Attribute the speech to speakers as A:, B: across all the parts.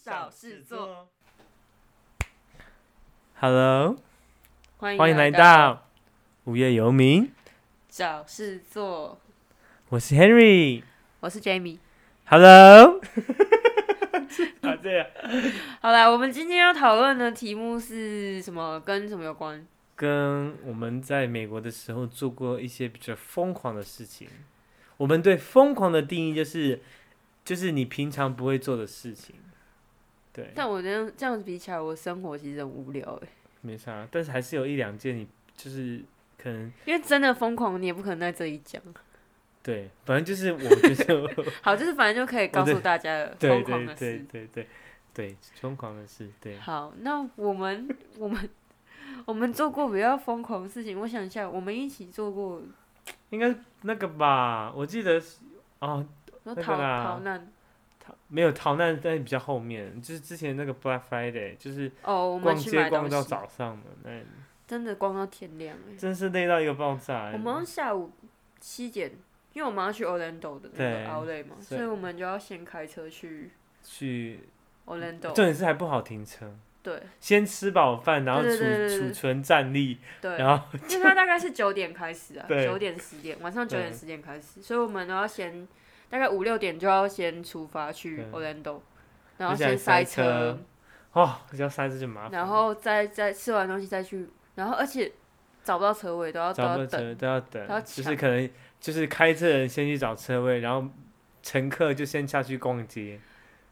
A: 找事做。
B: Hello，
A: 欢
B: 欢迎来到无业游民，
A: 找事做，
B: 我是 Henry。
A: 我是 Jamie。
B: Hello，啊这样
A: 好啦，我们今天要讨论的题目是什么？跟什么有关？
B: 跟我们在美国的时候做过一些比较疯狂的事情。我们对疯狂的定义就是，就是你平常不会做的事情。对，
A: 但我这样这样比起来，我生活其实很无聊哎、
B: 没啥，但是还是有一两件你就是可能
A: 因为真的疯狂，你也不可能在这里 讲。
B: 对，反正就是我就是
A: 好，就是反正就可以告诉大家了，
B: 对
A: 疯狂
B: 对
A: 的
B: 对
A: 事。
B: 对对对疯狂的事，对
A: 好，那我们 我们我们做过比较疯狂的事情，我想一下，我们一起做过，
B: 应该那个吧，我记得是哦，
A: 说
B: 那个
A: 逃
B: 啦
A: 逃难
B: 没有逃难在比较后面，就是之前那个 Black Friday，就是
A: 哦，我
B: 逛
A: 们去
B: 街
A: 买
B: 逛
A: 东
B: 到
A: 西，
B: 早上的，那
A: 真的逛到天亮哎、
B: 真是累到一个爆炸。
A: 我们好像下午七点，因为我们要去 Orlando 的那
B: 对
A: 个 Outlet 嘛，
B: 所
A: 所
B: 以
A: 以我们就要先开车去
B: 去，重
A: Orlando。
B: 点是还不好停车，
A: 对
B: 先吃饱饭，然后储
A: 对对对对对
B: 储存战力，
A: 对，
B: 然后
A: 因为它大概是九点开始啊，
B: 对
A: 九点十点，晚上九点
B: 对
A: 十点开始，所以我们都要先大概五六点就要先出发去
B: 对
A: Orlando，然后
B: 而且还
A: 先塞
B: 塞车，哦，要塞车就麻烦，
A: 然后再再吃完东西再去，然后而且找不到车位都要都
B: 找不
A: 要
B: 到
A: 等，
B: 车都要
A: 都要
B: 等，就
A: 抢
B: 是可能就是开车的人先去找车位，然后乘客就先下去逛街，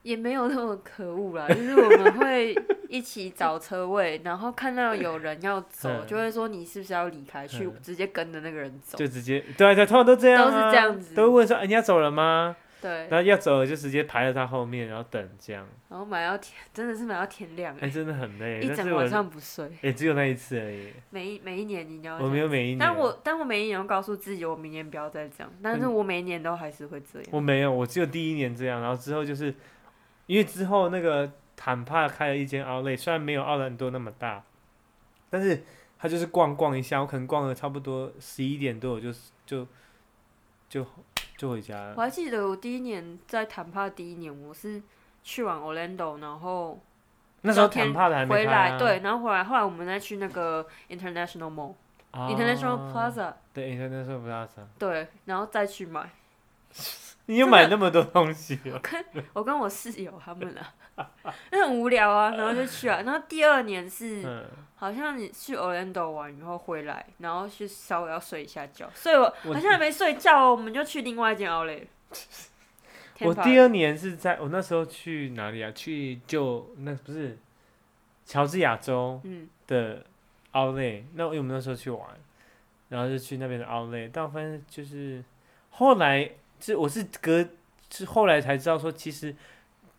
A: 也没有那么可恶啦，就是我们会一起找车位，然后看到有人要走，
B: 嗯
A: 就会说你是不是要离开，去
B: 嗯
A: 直接跟着那个人走。
B: 就直接对对，通常都这样、啊，
A: 都是这样子
B: 都会问说、哎你要走了吗？
A: 对，
B: 然后要走了就直接排在他后面，然后等这样，
A: 然后买到天，真的是买到天亮
B: 哎、
A: 哎、
B: 真的很累。
A: 一
B: 但
A: 整
B: 是我
A: 晚上不睡。
B: 也、只有那一次而已，
A: 每一每一年你要这
B: 我
A: 样，
B: 没有每一年。啊嗯
A: 但我但我每一年都告诉自己，我明年不要再这样，但是我每一年都还是会这样。
B: 我没有，我只有第一年这样，然后之后就是因为之后那个坦帕开了一间 Outlet，虽然没有奥兰多那么大，但是他就是逛逛一下，我可能逛了差不多十一点多，我就就就就回家
A: 我
B: 了。
A: 还记得我第一年在谈判第一年，我是去完 Orlando，然后
B: 那时候
A: 昨天
B: 坦帕的还没
A: 回
B: 开、
A: 来，
B: 啊，
A: 对，然后回来，后来我们再去那个 International Mall、
B: 啊
A: International Plaza，
B: 对 International Plaza，
A: 对，然后再去买。
B: 你又
A: 真的
B: 买那么多东西 哦、
A: 我跟我室友他们啊， 那很无聊啊，然后就去啊。然后第二年是
B: 嗯，
A: 好像你去 Orlando 玩，然后回来，然后去稍微要睡一下觉，睡我
B: 我
A: 好像还没睡觉哦，我们就去另外一间 Outlet。
B: 我
A: Tampa
B: 第二年是在我那时候去哪里啊？去就那不是乔治亚州
A: 嗯，
B: 的奥莱，那因为我们那时候去玩，然后就去那边的奥莱，但我发现就是后来是我是隔是后来才知道说，其实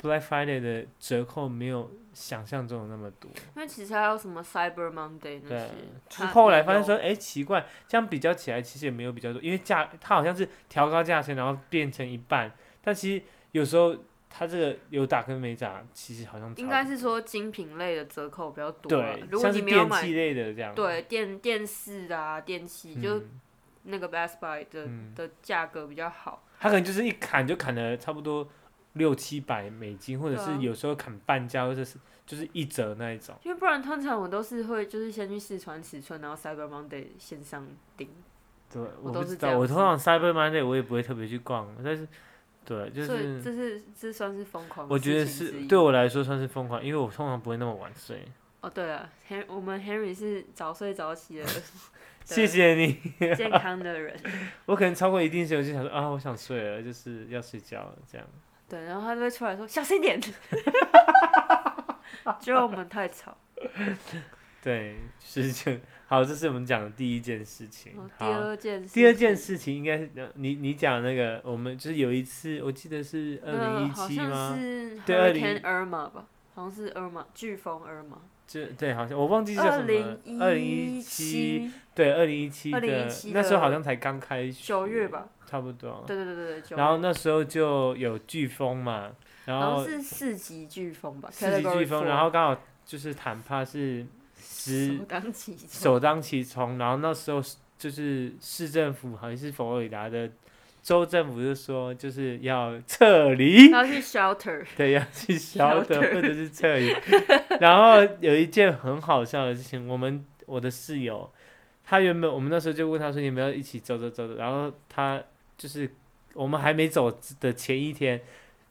B: Black Friday 的折扣没有想象中的那么多。
A: 因为其实还有什么 Cyber Monday 那
B: 对
A: 些，，
B: 就是
A: 它
B: 后来
A: 也
B: 发现
A: 有
B: 说，哎、奇怪，这样比较起来，其实也没有比较多，因为价它好像是调高价钱，然后变成一半，但其实有时候它这个有打跟没打，其实好像差
A: 应
B: 不
A: 该
B: 多
A: 是说精品类的折扣比较多啊。
B: 对，
A: 如果
B: 像
A: 你
B: 是
A: 没有
B: 电
A: 买
B: 器类的这样，
A: 对电电视啊、电器，
B: 嗯，
A: 就那个 Best Buy 的、
B: 嗯
A: 的价格比较好。
B: 它可能就是一砍就砍了差不多六七百美金，或者
A: 对啊
B: 是有时候砍半价，或者是就是一折那一种。
A: 因为不然，通常我都是会就是先去试穿尺寸，然后 Cyber Monday 线上订，
B: 对，
A: 我
B: 我
A: 都
B: 不
A: 是
B: 知
A: 这
B: 道，
A: 样
B: 我
A: 子
B: 通常 Cyber Monday 我也不会特别去逛，但是对，就
A: 所
B: 是
A: 以。这是这算是疯狂的
B: 我觉得
A: 事情之
B: 是
A: 一
B: 对我来说算是疯狂，因为我通常不会那么晚睡。
A: 哦，对了，Hen 我们 Henry 是早睡早起 的
B: 谢谢你，
A: 健康的人，
B: 我可能超过一定时间我就想说啊，我想睡了，就是要睡觉了这样。
A: 对，然后他就会出来说小声一 点，觉得我们太吵。
B: 对，就是这好，这是我们讲的第一件事情
A: 然后。哦第
B: 好，
A: 二件事，
B: 第二件事情应该是呃你你讲那个，我们就是有一次，我记得是二零
A: 呃
B: 一
A: 好
B: 七
A: 像
B: 吗？
A: 是
B: 对
A: Hurricane Irma 吧，好像是 Irma 飓风 Irma，
B: 就对，好像我忘记叫什
A: 二
B: 么了
A: 零。
B: 二零
A: 一
B: 一七，
A: 七
B: 对，二零一七的
A: 2017
B: 那时候
A: 的
B: 好像才刚开学，
A: 九月吧，
B: 差不多。
A: 对对对对对，九月
B: 然后那时候就有飓风嘛，然
A: 好
B: 后
A: 像是四级飓风吧，
B: 四级
A: Category
B: 飓风，
A: four
B: 然后刚好就是坦帕是
A: 首
B: 十
A: 当其冲，
B: 首当其冲，然后那时候就是市政府好像是佛罗里达的州政府就说就是要撤离，
A: 要去 shelter，
B: 对，要去
A: 消
B: 消毒
A: 毒
B: 或者是撤离。 然后有一件很好笑的事情，我们我的室友，他原本我们那时候就问他说你们要一起走走走走，然后他就是我们还没走的前一天，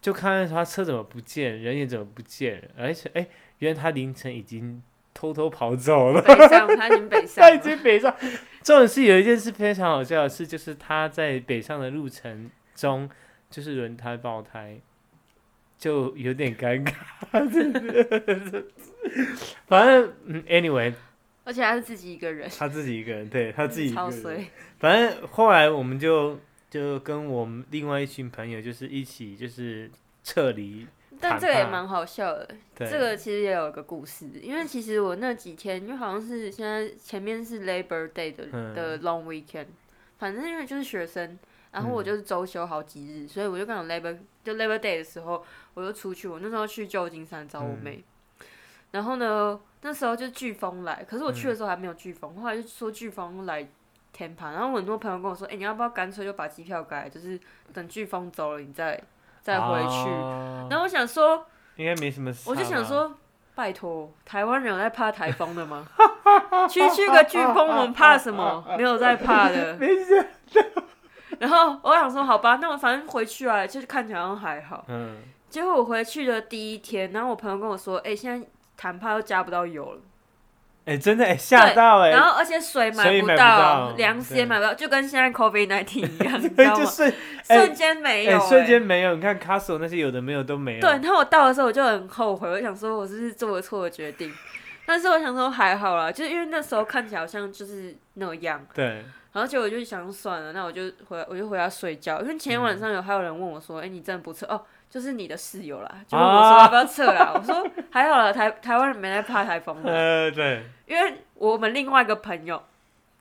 B: 就看到他车怎么不见，人也怎么不见了，而且哎，原来他凌晨已经偷偷跑走了。
A: 北上，他已经北上
B: 他已
A: 了，
B: 经北上。重点是有一件事非常好笑的事，就是他在北上的路程中，就是轮胎爆胎，就有点尴尬。 反正嗯，anyway，
A: 而且他是自己一个人，
B: 他自己一个人，对他自己一个
A: 嗯超
B: 人。
A: 衰，
B: 反正后来我们就就跟我们另外一群朋友，就是一起就是撤离。
A: 但这个也
B: 坦白
A: 蛮好笑的。
B: 对，
A: 这个其实也有一个故事，因为其实我那几天，因为好像是现在前面是 Labor Day 的、
B: 嗯
A: 的 long weekend，反正因为就是学生，然后我
B: 嗯
A: 就是周休好几日，所以我就刚好 Labor 就 Labor Day 的时候，我就出去，我那时候去旧金山找
B: 嗯
A: 我妹，然后呢那时候就飓风来，可是我去
B: 嗯
A: 的时候还没有飓风，后来就说飓风来。天盘，然后我很多朋友跟我说，哎、你要不要干脆就把机票改，就是等飓风走了，你再再回去。
B: 啊
A: 然后我想说，
B: 应该没什么事。
A: 我就想，说，拜托，台湾人有在怕台风的 吗？区区个飓风，我们怕什么？没有在怕 的。然后我想说，好吧，那我反正回去啊，就是看起来好像还好。
B: 嗯，
A: 结果我回去的第一天，然后我朋友跟我说，哎、现在谈判又加不到油了，
B: 哎、真的哎吓、
A: 对
B: 到哎、
A: 然后而且水
B: 水
A: 买
B: 也买不
A: 到
B: 到，
A: 粮食也
B: 对
A: 买不到，就跟现在 COVID 1 9一 样，你知
B: 对，
A: 道
B: 就
A: 吗？
B: 是哎
A: 瞬间没有、
B: 哎、
A: 哎
B: 瞬间没有。你看 Castle 那些有的没有都没有。
A: 对，，然后我到的时候我就很后悔，我想说我是不是做了错的决定，但是我想说还好啦，就是因为那时候看起来好像就是那样，
B: 对，
A: 然后结果我就想算了，那我就回我就回家睡觉，因为前天
B: 嗯
A: 晚上有还有人问我说，哎、你真的不撤哦？就是你的室友啦，就问我说
B: 啊
A: 要不要撤啦？我说还好了，台台湾人没在怕台风的，
B: 呃，对，
A: 因为我们另外一个朋友，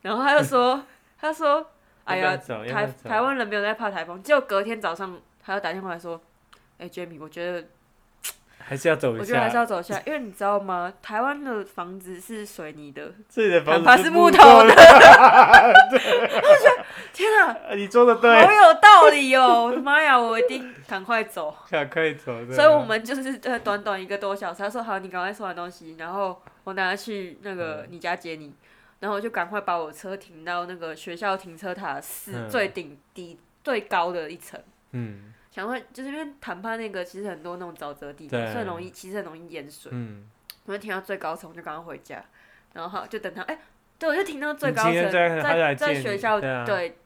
A: 然后他就说，他说，哎
B: 要不
A: 呀
B: 要，走要
A: 台
B: 不要走
A: 台湾人没有在怕台风，结果隔天早上他又打电话来说，哎、j a m i e 我觉得
B: 还是要走
A: 我
B: 一
A: 觉得还是
B: 下。
A: 要走下，因为你知道吗？ 台湾的房子是水泥的，
B: 自己的
A: 哪
B: 房
A: 怕
B: 子
A: 是木
B: 木
A: 头的
B: 的，。
A: 天啊，
B: 啊你做 的
A: 好
B: 对，
A: 有道理哦！我 的妈呀，我一定赶快走。
B: 可可以走。对啊
A: 所以我们就是呃，短短一个多小时，他说好，你赶快收完东西，然后我拿去那
B: 嗯
A: 个你家接你，然后我就赶快把我车停到那个学校停车塔四
B: 嗯
A: 最顶低最高的一层。
B: 嗯
A: 想问，就是因为谈判那个其实很多那种沼泽地带，
B: 对
A: 所以很容易其实很容易淹水。
B: 嗯，
A: 我就停到最高层，我就赶快回家，然后就等他，哎、对，我就停到最
B: 你
A: 高
B: 今
A: 层，
B: 天在他
A: 在
B: 来
A: 在
B: 见
A: 学
B: 你
A: 校
B: 对啊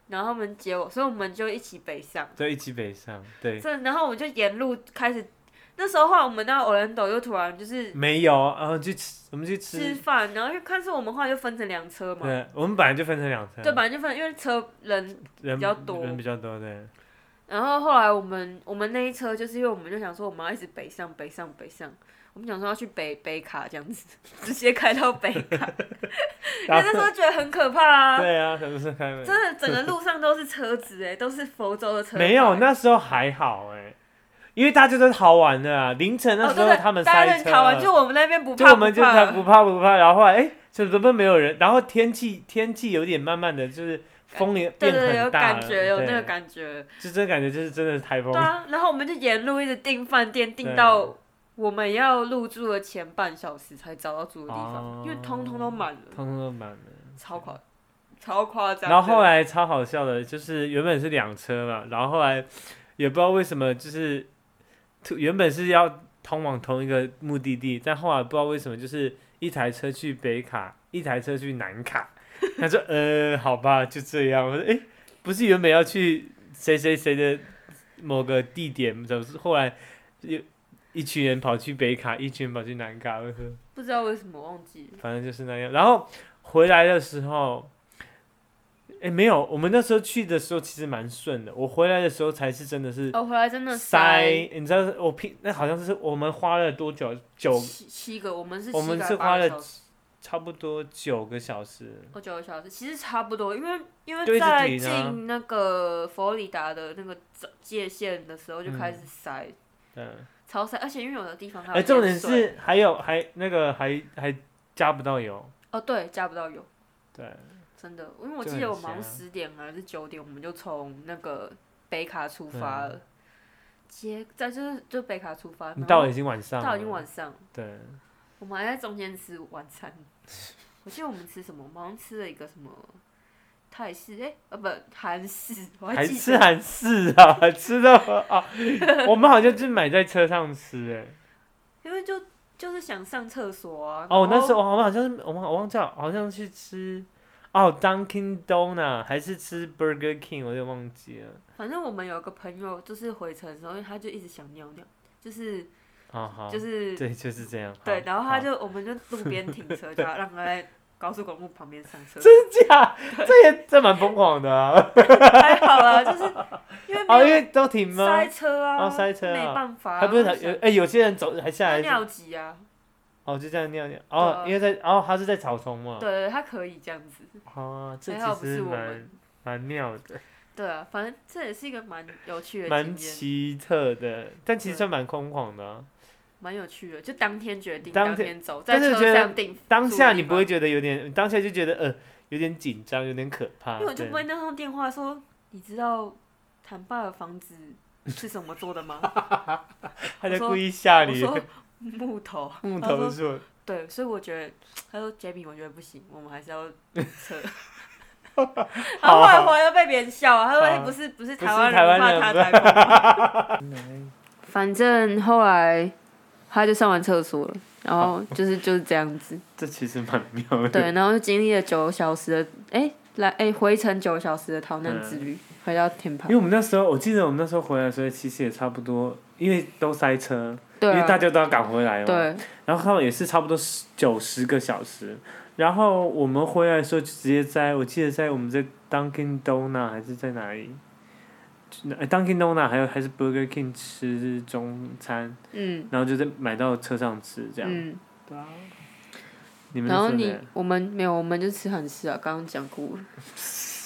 A: 然后他们接我，所以我们就一起北上，
B: 就一起北上。对，
A: 这然后我就沿路开始，那时候后来我们到 Orlando 又突然就是
B: 没有，然后去吃，我们去
A: 吃
B: 吃。
A: 饭，然后就看是我们后来就分成两车嘛，
B: 对，我们本来就分成两层，
A: 对，本来就分，因为车人，
B: 人
A: 比较多
B: 人比较 多，对，
A: 然后后来我们我们那一车就是因为我们就想说我们要一直北上北上北上。我们想说要去北北卡这样子， 直接开到 北卡，因为那时候觉得很可怕啊。
B: 对啊，什么时候开门？
A: 真的整个路上都是车子哎， 都是佛州的车牌。
B: 没有，那时候还好哎，因为大家都逃完了啊，凌晨那
A: 哦
B: 时
A: 对
B: 候
A: 对，
B: 他们
A: 大家
B: 塞
A: 在
B: 车
A: 考完，
B: 了
A: 就我们那边不
B: 就
A: 怕
B: 我
A: 不
B: 们就
A: 怕啊
B: 才不怕不怕，然后后来哎，怎么没有人？然后天气天气有点慢慢的就是风也
A: 对
B: 变
A: 对对，
B: 很
A: 有
B: 大了，
A: 感觉，有那个
B: 对，
A: 感觉。
B: 就真的感觉就是真的是台风
A: 对，啊，然后我们就沿路一直订饭店，订
B: 对
A: 到我们要入住的前半小时才找到住的地方，
B: 哦
A: 因为通通都满了，
B: 通通都满了。
A: 超夸超夸张的。
B: 哦然后后来超好笑的，就是原本是两车嘛，然后后来也不知道为什么，就是突原本是要通往同一个目的地，但后来不知道为什么，就是一台车去北卡，一台车去南卡。 他说：“呃，好吧，就这样。”我说：“诶，不是原本要去谁谁谁的某个地点，怎么是后来有一群人跑去北卡，一群人跑去南卡？”我说：“
A: 不知道为什么忘记了，
B: 反正就是那样。然后回来的时候，哎、没有，我们那时候去的时候其实蛮顺的。我回来的时候才是真的是
A: 哦，回来真的
B: 塞，你知道我拼那好像是我们花了多久？九
A: 七七个，我们是
B: 我们
A: 七个
B: 是
A: 还八
B: 花
A: 个
B: 了
A: 小时
B: 差不多九个小时。
A: 哦，九个小时，其实差不多，因为因
B: 就
A: 为
B: 一直
A: 在
B: 停啊
A: 进那个佛罗里达的那个界限的时候就开始塞，
B: 嗯，
A: 超塞，而且因为有的地方还
B: 哎、
A: 有、
B: 重点是还有还那个还还加不到油。
A: 哦，对，加不到油，
B: 对，
A: 真的，因为我
B: 就
A: 记得
B: 很
A: 我们好像
B: 瞎
A: 十点还是九点，我们就从那个北卡出发了，结在就是就北卡出发，
B: 啊
A: 啊
B: 你
A: 然
B: 到
A: 后
B: 了已经晚上了，
A: 到已经晚上，
B: 对，
A: 我们还在中间吃晚餐。我记得我们吃什么？我们好像吃了一个什么泰式，哎、呃不韩式，我还
B: 还
A: 记得
B: 吃韩式啊，吃到啊，我们好像就买在车上吃哎、
A: 因为就就是想上厕所啊。
B: 哦，
A: 然
B: 那
A: 后
B: 时候我们好像是我们我忘记了，好像去吃哦 Dunkin' Donut 还是吃 Burger King，我有点忘记了。
A: 反正我们有个朋友，就是回程的时候，因为他就一直想尿尿，就是
B: 哦好，
A: 就是
B: 对，就是这样。
A: 对，
B: 好
A: 然后他
B: 好
A: 就我们就路边停 车，就要让他在高速公路旁边上车。
B: 真的假？这也这蛮疯狂的啊！
A: 还好啦，就是因为
B: 哦，
A: 没
B: 因为都停
A: 有
B: 吗
A: 塞？车啊，
B: 哦塞车啊
A: 没办法、啊，
B: 还不是他
A: 想
B: 有哎，有些人走还下
A: 他
B: 来是
A: 尿急啊，
B: 哦，就这样尿尿哦，
A: 对
B: 因为在哦他是在草丛嘛
A: 对，对，他可以这样子，
B: 哦，这
A: 还好
B: 其
A: 不是
B: 实
A: 我
B: 蛮
A: 们。
B: 蛮妙的，
A: 对啊，反正这也是一个蛮有趣的
B: 蛮
A: 经验，
B: 奇特的，但其实
A: 对
B: 算蛮空旷的啊。
A: 蛮有趣的。就当天决定，
B: 当
A: 当
B: 天
A: 天走，在
B: 但是觉
A: 车
B: 得
A: 上定。
B: 当下
A: 住的地
B: 你
A: 方
B: 不会觉得有点，当下就觉得呃有点紧张，有点可怕。
A: 因为我就
B: 啊对
A: 不会那通电话说，你知道坦帕的房子是什么做的吗？
B: 他在
A: 我说
B: 故意 吓
A: 我
B: 啊你，
A: 说木头，
B: 木
A: 他
B: 头
A: 说
B: 树。
A: 对，所以我觉得，他说 Jamie，我觉得不行，我们还是要撤。 然后后来回来又被别人笑啊，他说
B: 好
A: 哎不是不是
B: 不是
A: 台湾
B: 台湾
A: 人怕
B: 人
A: 他台风。 反正后来他就上完厕所了，然后就是就是这样 子，
B: 这其实蛮妙的。
A: 对，然后就经历了九小时的哎来哎回程九小时的逃难之旅，回到天
B: 嗯因
A: 堂。
B: 为我们那时候，我记得我们那时候回来的时候，其实也差不多，因为都塞车，
A: 对
B: 因为
A: 啊，
B: 大家都要赶回来嘛。
A: 对，
B: 然后他们也是差不多十九十个小时，然后我们回来的时候就直接在，我记得在我们在 Dunkin' Donut 还是在哪里就呃，Dunkin' Donut 还有还是 Burger King 吃中餐，
A: 嗯
B: 然后就在买到车上吃这样。
A: 嗯。
B: 你们
A: 然后
B: 是
A: 你
B: 哪
A: 我们没有，我们就吃韩式啊，刚刚讲过 了。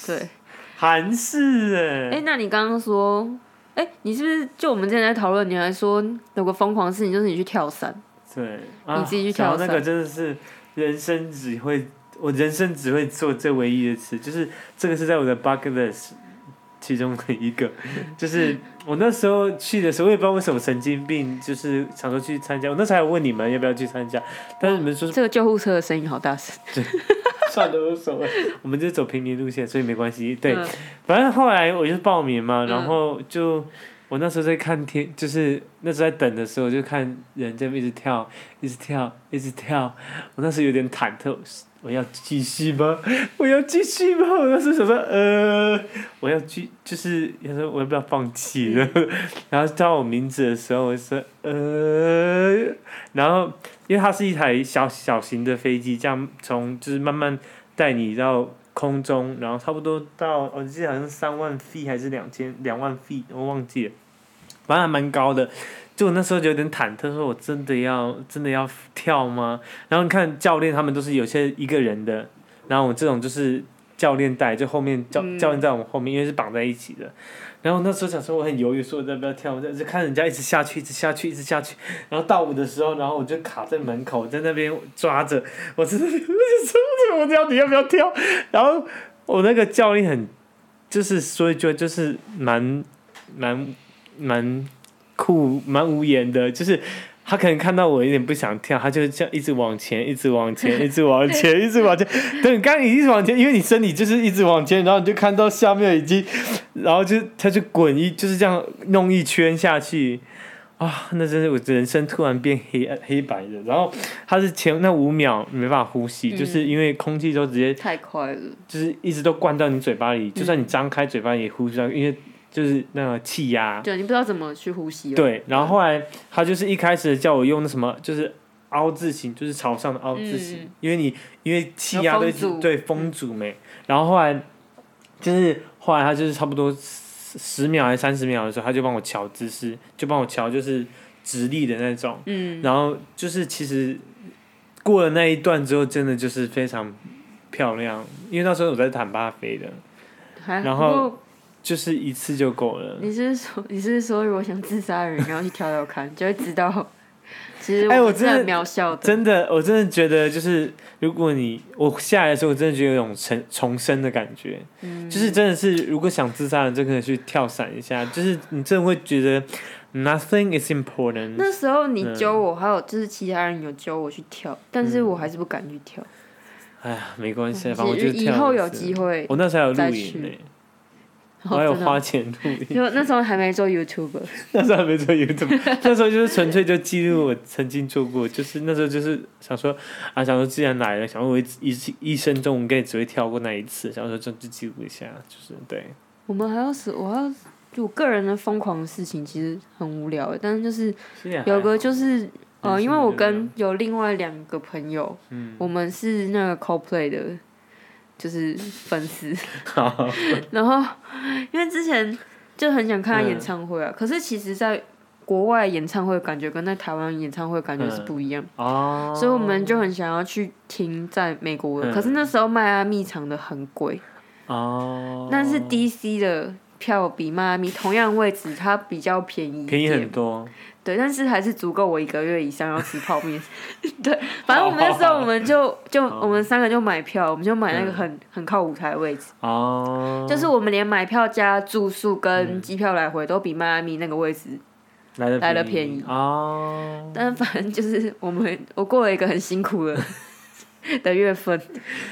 A: 对，
B: 韩式哎、
A: 哎、那你刚刚说，哎、你是不是就我们之前在讨论，你还说有个疯狂的事情就是你去跳伞？
B: 对，啊、
A: 你自己去
B: 想到
A: 挑
B: 那
A: 伞
B: 个真的是人生只会，我人生只会做这唯一的事，就是这个是在我的 bucket list 其中的一个，就是我那时候去的时候，我也不知道为什么神经病，就是想说去参加，我那时候还问你们要不要去参加，但是你们说是
A: 这个救护车的声音好大声。
B: 算了无所谓，我们就走平民路线，所以没关系，对，
A: 嗯
B: 反正后来我就报名嘛，
A: 嗯
B: 然后就我那时候在看天，就是那时候在等的时候，我就看人在那边一直跳，一直跳，一直跳。我那时候有点忐忑，我要继续吗？ 我要继续吗？我那时候想说，呃，我要继，就是他说我要不要放弃了？ 然后叫我名字的时候，我就说呃，然后因为它是一台小小型的飞机，这样从就是慢慢带你到空中，然后差不多到我记得好像三万 feet 还是两千两万 feet，我忘记了，反正还蛮高的。就我那时候就有点忐忑，说我真的要真的要跳吗？然后你看教练他们都是有些一个人的，然后我这种就是教练带，就后面教
A: 嗯
B: 教练在我们后面，因为是绑在一起的。然后那时候想说我很犹豫，说我要不要跳，我就一直看人家一直下去，一直下去，一直下去。然后到我的时候，然后我就卡在门口，在那边抓着，我真的我就说我跳，你要不要跳？然后我那个教练很，就是说一句话就是蛮蛮蛮酷蛮无言的，就是他可能看到我有点不想跳，他就这样一直往前，一直往前，一直往前，一直往前。对，刚刚你一直往前，因为你身体就是一直往前，然后你就看到下面已经，然后就他就滚一就是这样弄一圈下去。啊，那真是我人生突然变黑暗黑白的，然后他是前那五秒没办法呼吸，
A: 嗯
B: 就是因为空气都直接
A: 太快了，
B: 就是一直都灌到你嘴巴里，就算你张开嘴巴也呼吸到，因为就是那个气压。
A: 对，你不知道怎么去呼吸。，
B: 啊
A: 哦
B: 对，然后后来他就是一开始叫我用那什么，就是凹字形，就是朝上的凹字形，
A: 嗯
B: 因为你因为气压都一直
A: 有风阻
B: 对封阻没，然后后来就是后来他就是差不多十十秒还是三十秒的时候，他就帮我调姿势，就帮我调就是直立的那种，
A: 嗯，
B: 然后就是其实过了那一段之后，真的就是非常漂亮，因为那时候我在坦巴飞的，
A: 还
B: 然后
A: 后
B: 就是一次就够了。
A: 你是不是说你是不是说如果想自杀的人，然后去跳跳看，就会知道其实
B: 哎我
A: 真的
B: 真的
A: 渺小的，
B: 真的，我真的觉得就是，如果你我下来的时候，我真的觉得有种重重生的感觉，
A: 嗯
B: 就是真的是，如果想自杀的人，真的可以去跳伞一下，就是你真的会觉得 nothing is important。
A: 那时候你
B: 嗯
A: 揪我，还有就是其他人有揪我去跳，但是我还是不敢去跳。
B: 哎呀，嗯没关系，
A: 嗯
B: 反正我就
A: 以
B: 是
A: 以
B: 跳一次。
A: 后有机会，
B: 我那时候还有
A: 再
B: 录
A: 去
B: 影呢，
A: 哦
B: 我还有
A: 真的哦
B: 花钱录影。
A: 就那时候还没做 YouTube，
B: 那时候还没做 YouTube，那 时候就是纯粹就记录我曾经做过，就是那时候就是想说啊，想说既然来了，想说我一一一生中应该只会跳过那一次，想说就就记录一下，就是对，
A: 我们还要是我还要就我个人的疯狂的事情其实很无聊的，但是就是
B: 其实也还
A: 有个
B: 好
A: 就是
B: 人
A: 呃，
B: 生
A: 因为我
B: 就这样
A: 跟有另外两个朋友，
B: 嗯
A: 我们是那个 CoPlay 的，就是粉丝，
B: 好，
A: 然后因为之前就很想看他
B: 嗯
A: 演唱会啊，可是其实在国外演唱会感觉跟在台湾演唱会感觉是
B: 嗯
A: 不一样。
B: 哦，
A: 所以我们就很想要去听在美国的，
B: 嗯
A: 可是那时候迈阿密场的很贵，
B: 哦，
A: 但是 DC 的票比迈阿密同样位置它比较便宜一
B: 便宜
A: 点，
B: 很多，
A: 对，但是还是足够我一个月以上要吃泡面。 对，反正我们那时候我们就就
B: 好
A: 我们三个就买票，我们就买那个很很靠舞台位置，
B: 哦，
A: 就是我们连买票加住宿跟
B: 嗯
A: 机票来回都比迈阿密那个位置
B: 来的
A: 来得便宜
B: 宜哦，
A: 但反正就是我们我过了一个很辛苦的 的月份，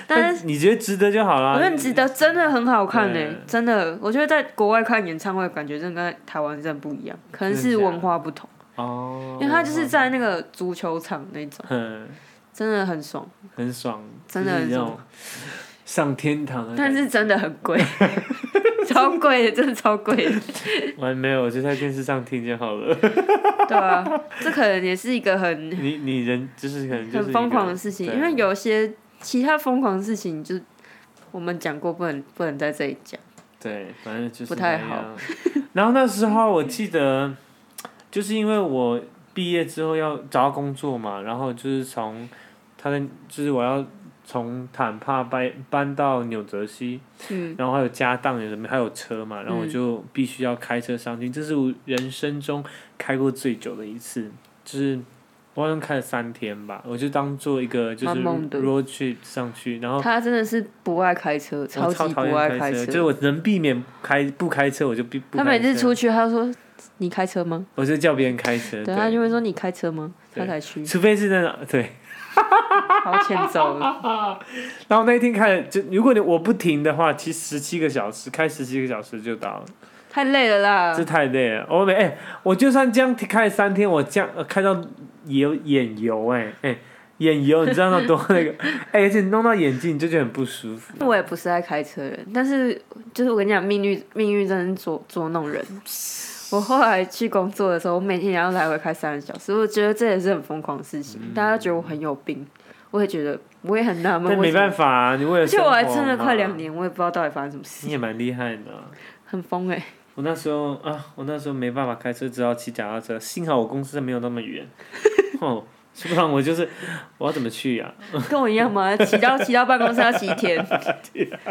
A: 但是
B: 你觉得值得就好啦，
A: 我觉得值得，真的很好看呢、欸
B: 对
A: 真的，我觉得在国外看演唱会感觉真的跟台湾真的不一样，可能是
B: 真的假的
A: 文化不同，
B: 哦，
A: 因为它就是在那个足球场那种，
B: 很
A: 真的很爽，
B: 很爽，
A: 真的
B: 就是
A: 很
B: 那
A: 爽
B: 种上天堂的感觉，
A: 但是真的很 贵，超贵的，真的超贵的，
B: 我还没有，我就在电视上听就 好了。
A: 对啊，这可能也是一个很
B: 你你人就是可能就是
A: 很疯狂的
B: 一个
A: 事情，
B: 对
A: 因为有些其他疯狂的事情就我们讲过，不能不能在这里讲。
B: 对，反正就是
A: 不太
B: 那样。然后那时候我记得，就是因为我毕业之后要找到工作嘛，然后就是从他的就是我要从坦帕搬搬到纽泽西，
A: 嗯，
B: 然后还有家当有什么还有车嘛，然后我就必须要开车上去，这是我人生中开过最久的一次，就是我好像开了三天吧，我就当做一个就
A: 蛮
B: 是
A: 猛的
B: road trip 上去，然后
A: 他真的是不爱开车，
B: 哦我超
A: 级不
B: 讨厌
A: 爱
B: 开
A: 车
B: 就。是我能避免开不开车，我就避不
A: 他每次
B: 开车
A: 出去，他说：“你开车吗？”
B: 我就叫别人开车，
A: 对，
B: 对，
A: 他就会说你开车吗？他
B: 对
A: 才去，
B: 除非是那种对，
A: 好欠揍 了。
B: 然后那一天开了，就如果你我不停的话，其实十七个小时，开十七个小时就到了。
A: 太累了啦
B: 这。太累了。我每哎、我就算这样开三天，我这样、呃、开到油眼油哎、哎、眼油，你知道那多那个 哎、而且弄到眼睛你就觉得很不舒服。
A: 我也不是爱开车的人，但是就是我跟你讲，命运命运真的是捉捉弄 人。我后来去工作的时候，我每天也要来回开三个小时，我觉得这也是很疯狂的事情。
B: 嗯
A: 大家都觉得我很有病，我也觉得我也很纳闷
B: 但，没办
A: 法。
B: 法、嗯啊，你为了
A: 而且我还撑了
B: 生活嘛
A: 快两，年，我也不知道到底发生什么事，
B: 你也蛮厉害的啊、
A: 很疯 哎、
B: 我那时候啊，我那时候没办法开车，只好骑脚踏车。幸好我公司没有那么 远，哦，不然我就是我要怎么去啊呀、
A: 跟我一样嘛，骑到骑到办公室要骑一 天，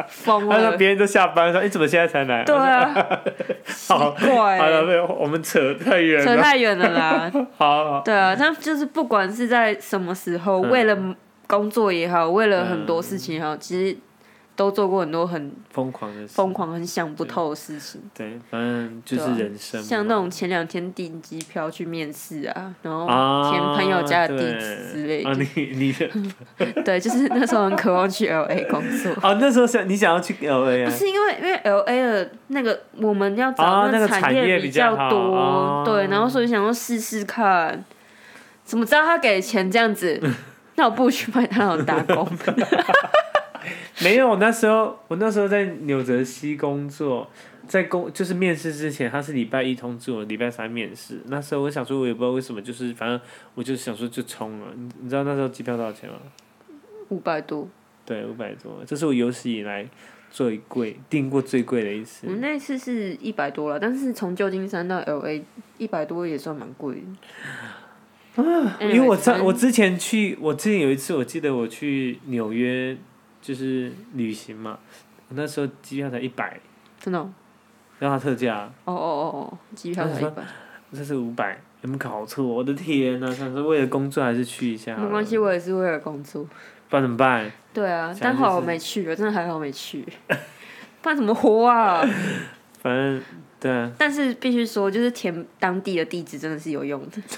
A: 疯
B: 啊他说
A: 了。
B: 别人都下班，说你、怎么现在才来？
A: 对啊，奇
B: 好
A: 怪、
B: 好了，
A: 欸，
B: 没有，我们扯太远
A: 扯
B: 了。
A: 太远了啦。
B: 好好，
A: 对啊，但就是不管是在什么时候，
B: 嗯
A: 为了工作也好，为了很多事情也好，其实都做过很多很
B: 疯狂的事
A: 疯狂、很想不透的事情，啊
B: 对，反正就是人生嘛、
A: 像那种前两天订机票去面试啊，然后
B: 啊，
A: 填朋友家的地
B: 对
A: 址之类
B: 啊，
A: 的，
B: 你你的
A: 对，就是那时候很渴望去 L A 工作。
B: 哦，那时候想你想要去 L A
A: 不
B: 啊？
A: 是因为因为 L A 的那个我们要
B: 啊
A: 找
B: 那个
A: 产
B: 产业
A: 比
B: 比较好
A: 多，
B: 哦
A: 对，然后所以想要试试看，怎么知道他给钱这样子？ 那我不如去麦当劳打 工。
B: 没有，我那时候我那时候在纽泽西工作，在工就是面试之前，他是礼拜一通知我礼拜三面试。那时候我想说，我也不知道为什么，就是反正我就想说就冲了。你你知道那时候机票多少钱吗？
A: 五百多，
B: 对，五百多，这是我有史以来最贵订过最贵的一次
A: 我。们那次是一百多了，但是从旧金山到 L A 一百多也算蛮贵的。Anyway，
B: 啊因为我
A: 反
B: 在
A: 正
B: 我之前去，我之前有一次我记得我去纽约就是旅行嘛，我那时候机票才一百，
A: 真的哦
B: 然后它特价
A: 哦哦哦哦，机票才一百，
B: 这是五百，有没有搞错？我的天呐、想说为了工作还是去一下好了，
A: 没关系，我也是为了工作。
B: 不然怎么办？
A: 对啊，
B: 想
A: 但
B: 就是
A: 好我没去，我真的还好没 去，不然怎么活啊？
B: 反正对啊，
A: 但是必须说，就是填当地的地址真的是有用的。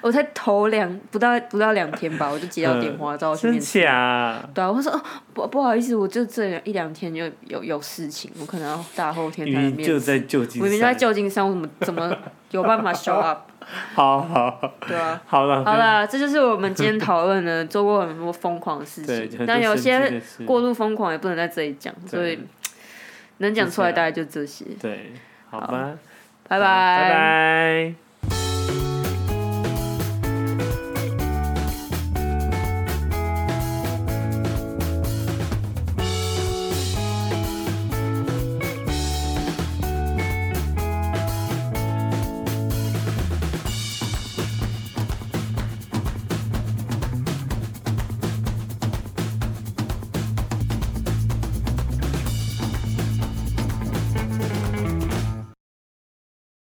A: 我才头两不到不到两天吧，我就接到电话，找我去
B: 真
A: 面试。
B: 假、
A: 对啊，我说哦不不好意思，我就这一两天就有有事情，我可能要大后天才能
B: 明明
A: 面试。
B: 就在旧金
A: 我明明就在
B: 山，
A: 旧金山，我怎么怎么有办 法 show up？
B: 好好
A: 对啊。
B: 好了，
A: 好了，这就是我们今天讨论的，做过很多疯狂的事
B: 对，
A: 情，
B: 很
A: 但
B: 多
A: 有
B: 神
A: 些
B: 经的事
A: 过度疯狂也不能在这里讲，所以
B: 啊
A: 能讲出来大概就这些。
B: 对，好吧，
A: 拜
B: 拜拜。